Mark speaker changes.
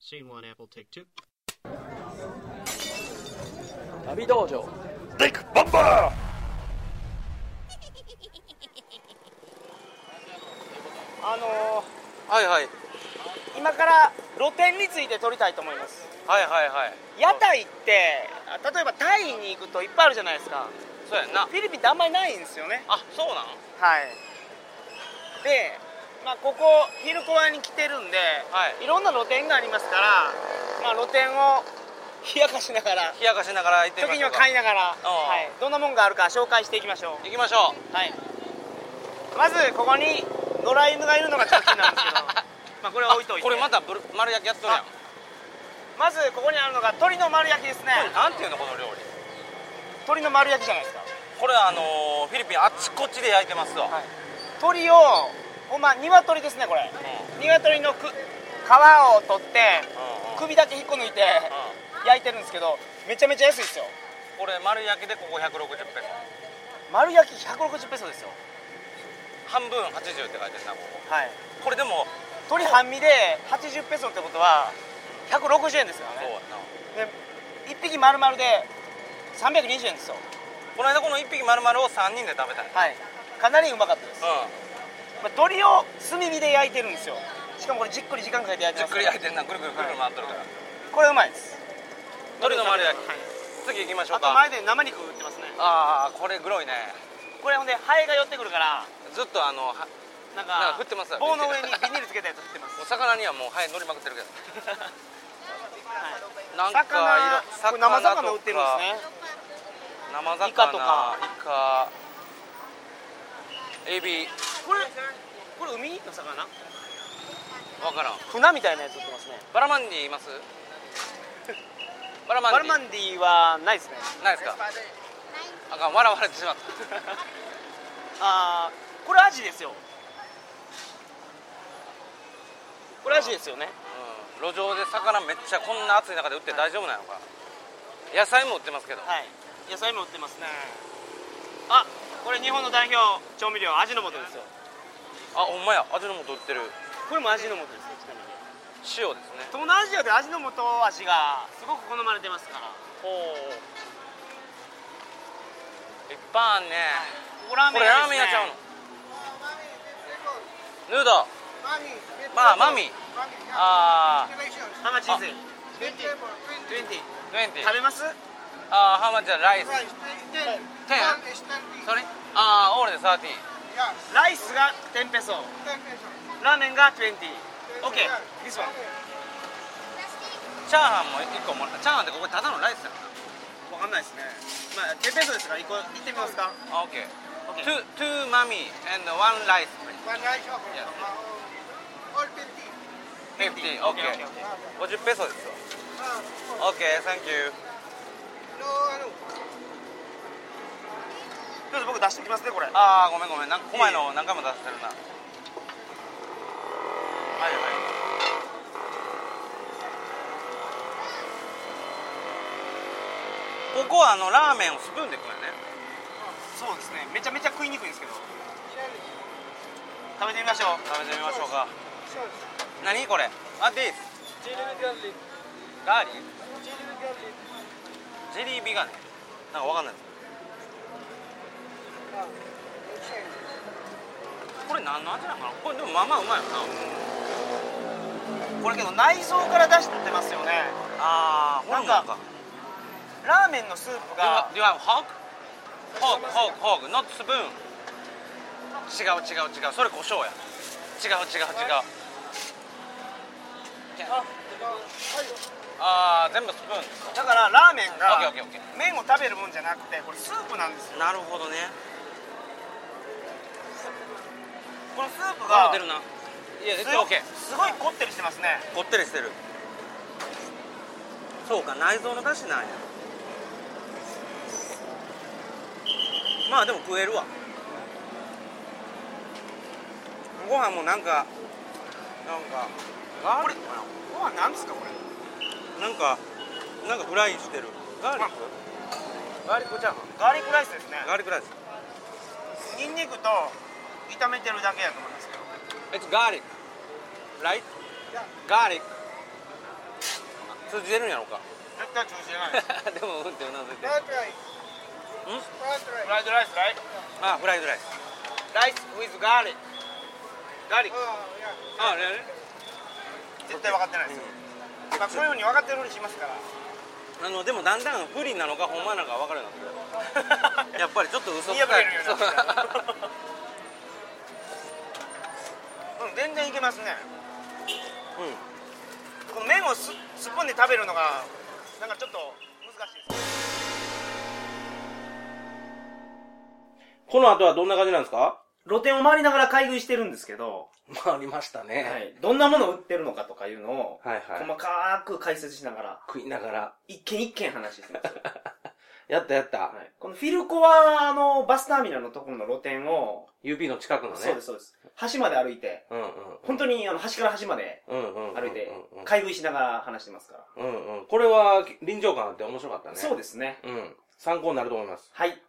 Speaker 1: Scene one, Apple, take two.
Speaker 2: 旅道場
Speaker 3: ディックボンバー
Speaker 4: あの
Speaker 2: はいはい
Speaker 4: ー今から露店について撮りたいと思います
Speaker 2: はいはいはい
Speaker 4: 屋台ってあ例えばタイに行くといっぱいあるじゃないですか
Speaker 2: そうやんな
Speaker 4: フィリピンってあんまりないんですよね
Speaker 2: あそうなん
Speaker 4: はいで、まあ、ここヒルコアに来てるんで、、
Speaker 2: はい
Speaker 4: ろんな露店がありますから、まあ、露店を冷やかしながら
Speaker 2: 冷やかしながら行ってみまし
Speaker 4: 時に
Speaker 2: ょう
Speaker 4: は
Speaker 2: か
Speaker 4: 買いながら、は
Speaker 2: ん
Speaker 4: い、どんなもんがあるか紹介していきましょ
Speaker 2: 行
Speaker 4: う
Speaker 2: きましょう
Speaker 4: はい、まずここに野良犬がいるのがちょっと気になるんですけどまあこれは置いといて
Speaker 2: こ れまたぶる丸焼きやっとるやん
Speaker 4: あまずここにあるのが鶏の丸焼きですね
Speaker 2: これなんていうのこの料理
Speaker 4: 鶏の丸焼きじゃないですか、
Speaker 2: これあのーフィリピンあっちこっちで焼いてますわ、
Speaker 4: はい、鶏をほんま鶏ですねこれ鶏のく皮を取って
Speaker 2: うんうん
Speaker 4: 首だけ引っこ抜いて
Speaker 2: う
Speaker 4: 焼いてるんですけどめちゃめちゃ安いですよ
Speaker 2: んこれ丸焼きでここ160ペソ
Speaker 4: 丸焼き160ペソですよ
Speaker 2: 半分80って書いてるなここ
Speaker 4: はい
Speaker 2: これでも
Speaker 4: 鶏半身で80ペソってことは160円ですよ
Speaker 2: そうや
Speaker 4: ね
Speaker 2: な
Speaker 4: で1匹丸々で320円ですよ
Speaker 2: この間この1匹丸々を3人で食べたんや
Speaker 4: はいかなりうまかったです、ま
Speaker 2: うん
Speaker 4: あ、鶏を炭火で焼いてるんですよしかもこれじっくり時間かけて焼い
Speaker 2: じ
Speaker 4: て
Speaker 2: っ
Speaker 4: ます
Speaker 2: くり焼いてんなぐるぐるぐるぐる回っとるから
Speaker 4: これうまいです
Speaker 2: 鶏の丸焼き
Speaker 4: はい
Speaker 2: 次行きましょ
Speaker 4: あ
Speaker 2: う
Speaker 4: と
Speaker 2: か
Speaker 4: 前で生肉売ってますね
Speaker 2: ああこれグロいね
Speaker 4: これほんでハエが寄ってくるから
Speaker 2: ずっとあのは
Speaker 4: なん
Speaker 2: なん
Speaker 4: か
Speaker 2: か振ってますよ
Speaker 4: 棒の上にビニールつけたやつ振ってます
Speaker 2: お魚にはもうハエ乗りまくってるけどなんか
Speaker 4: 魚これ
Speaker 2: いろ
Speaker 4: 生魚売ってるんですね
Speaker 2: 生魚
Speaker 4: イカとか
Speaker 2: イカエビ
Speaker 4: これこれ海の魚
Speaker 2: わからん
Speaker 4: 船みたいなやつ売ってますね
Speaker 2: バラマンディいますバラマン
Speaker 4: バ
Speaker 2: ディ
Speaker 4: ルマンディはないですね
Speaker 2: ないですかあかん笑われてしまった
Speaker 4: あーこれアジですよこれアジですよね
Speaker 2: うん路上で魚めっちゃこんな暑い中で売って大丈夫なのか野菜も売ってますけど
Speaker 4: はい野菜も売ってますねあこれ日本の代表調味料アジの素ですよ
Speaker 2: あほんまや味の素売ってる
Speaker 4: これも味の素ですねちなみに
Speaker 2: 塩ですね
Speaker 4: 東南アジアで味の素味がすごく好まれてますから
Speaker 2: おいっぱいあんね
Speaker 4: ここラー
Speaker 2: こ
Speaker 4: メン
Speaker 2: れ
Speaker 4: 屋
Speaker 2: ラーメン屋ちゃう
Speaker 4: で
Speaker 2: の
Speaker 4: すね
Speaker 2: ヌードまあマミーああ
Speaker 4: ハマチーズ
Speaker 2: ー20
Speaker 4: 食べます
Speaker 2: ああハマチはライス
Speaker 5: Ten.
Speaker 2: それああオールで30
Speaker 5: Yeah,
Speaker 4: ライスが10ペソ
Speaker 5: ten pesos.
Speaker 4: ラーメンが 20OK this one
Speaker 2: チャーハンも1個もらチャーハンってここただのライスやん
Speaker 4: わかんないですねまあ10ペソですから行こう行ってみますか
Speaker 2: あオッケー
Speaker 4: OK
Speaker 2: two two mummy and one rice
Speaker 5: One rice, okay.
Speaker 2: Yeah.
Speaker 5: All fifty.
Speaker 2: 50 OK 50ペソですよ
Speaker 5: Ah,
Speaker 2: OK thank you
Speaker 5: no, no.
Speaker 4: ちょっと僕出してきますねこれ
Speaker 2: ああごめんごめんなんかこまいの何回も出してるなはいはいここはあのラーメンをスプーンで食うんやね
Speaker 4: そうですねめちゃめちゃ食いにくいんですけど食べてみましょう
Speaker 2: 食べてみましょうか
Speaker 5: Sauce.
Speaker 2: 何これあディス
Speaker 5: Chili with garlic.
Speaker 2: ガーリー
Speaker 5: Chili with garlic.
Speaker 2: ジェリービガネなんかわかんないです
Speaker 5: Ah, okay.
Speaker 2: これ何の味なのかなこれでもまあまあうまいよな
Speaker 4: これけど内臓から出してますよね
Speaker 2: ああホルモン
Speaker 4: なん
Speaker 2: か
Speaker 4: かラーメンのスープが
Speaker 2: Do you have hog? Hog, hog, hog, not spoon 違う違う違うそれ胡椒や違う違う違う
Speaker 5: No, oil.
Speaker 2: ああ全部スプーンです
Speaker 4: だからラーメン
Speaker 2: オッケーオッケーオ
Speaker 4: が
Speaker 2: ッケ
Speaker 4: 麺を食べるもんじゃなくてこれスープなんですよ
Speaker 2: なるほどね
Speaker 4: このスープ
Speaker 2: あ出
Speaker 4: が
Speaker 2: るないや
Speaker 4: す
Speaker 2: 絶
Speaker 4: ご
Speaker 2: 対 OK
Speaker 4: すごいこってりしてますね
Speaker 2: こってりしてるそうか内臓の出汁なんやまあでも食えるわご飯もなんかなんかガーリックか
Speaker 4: ご飯なんですかこれ
Speaker 2: ななんかなんかフライしてるガーリックガーリックチャーハン
Speaker 4: ガーリックライスですね
Speaker 2: ガーリックライス
Speaker 4: ニンニクと炒めてるだけやと思いますけど
Speaker 2: It's garlic right?
Speaker 5: Yeah.
Speaker 2: garlic 通じてるんやろうか
Speaker 4: 絶対通じないで
Speaker 2: で
Speaker 4: す
Speaker 2: もうんってうなずいて
Speaker 5: Fried rice.
Speaker 2: Hmm?
Speaker 5: Fried
Speaker 4: フ
Speaker 5: rice.
Speaker 4: ライドライスライ
Speaker 2: あフライドライス
Speaker 4: ライス with ガーリックガーリック
Speaker 5: Ah, yeah.
Speaker 2: ああれあれ
Speaker 4: 絶対分かってないですよ、まあ、こういうふうに分かってるふうにします から
Speaker 2: あのでもだんだん不利なのかほんまなのか分からなくなってくるやっぱりちょっと嘘
Speaker 4: 見
Speaker 2: つ
Speaker 4: 破
Speaker 2: か
Speaker 4: れ
Speaker 2: れ
Speaker 4: るようになってきた うん全然いけますね
Speaker 2: うん
Speaker 4: この麺をススプーンで食べるのがなんかちょっと難しいです
Speaker 2: この後はどんな感じなんですか
Speaker 1: 露店を回りながら買い食いしてるんですけど、
Speaker 2: 回りましたね、
Speaker 1: はい、どんなものを売ってるのかとかいうのを、
Speaker 2: はいはい
Speaker 1: 細かく解説しながら、
Speaker 2: 食いながら
Speaker 1: 一軒一軒話してます。
Speaker 2: やったやった、
Speaker 1: はい、このフィルコアのバスターミナルのところの露店を、
Speaker 2: 指の近くのね
Speaker 1: そうです、そうです。端まで歩いて、
Speaker 2: うんうん
Speaker 1: 本当にあの端から端まで
Speaker 2: うんうんうんうんうん
Speaker 1: 歩いて、買い食いしながら話してますから。
Speaker 2: うんうんこれは臨場感あって面白かったね
Speaker 1: そうですね。
Speaker 2: うん参考になると思います
Speaker 1: はい。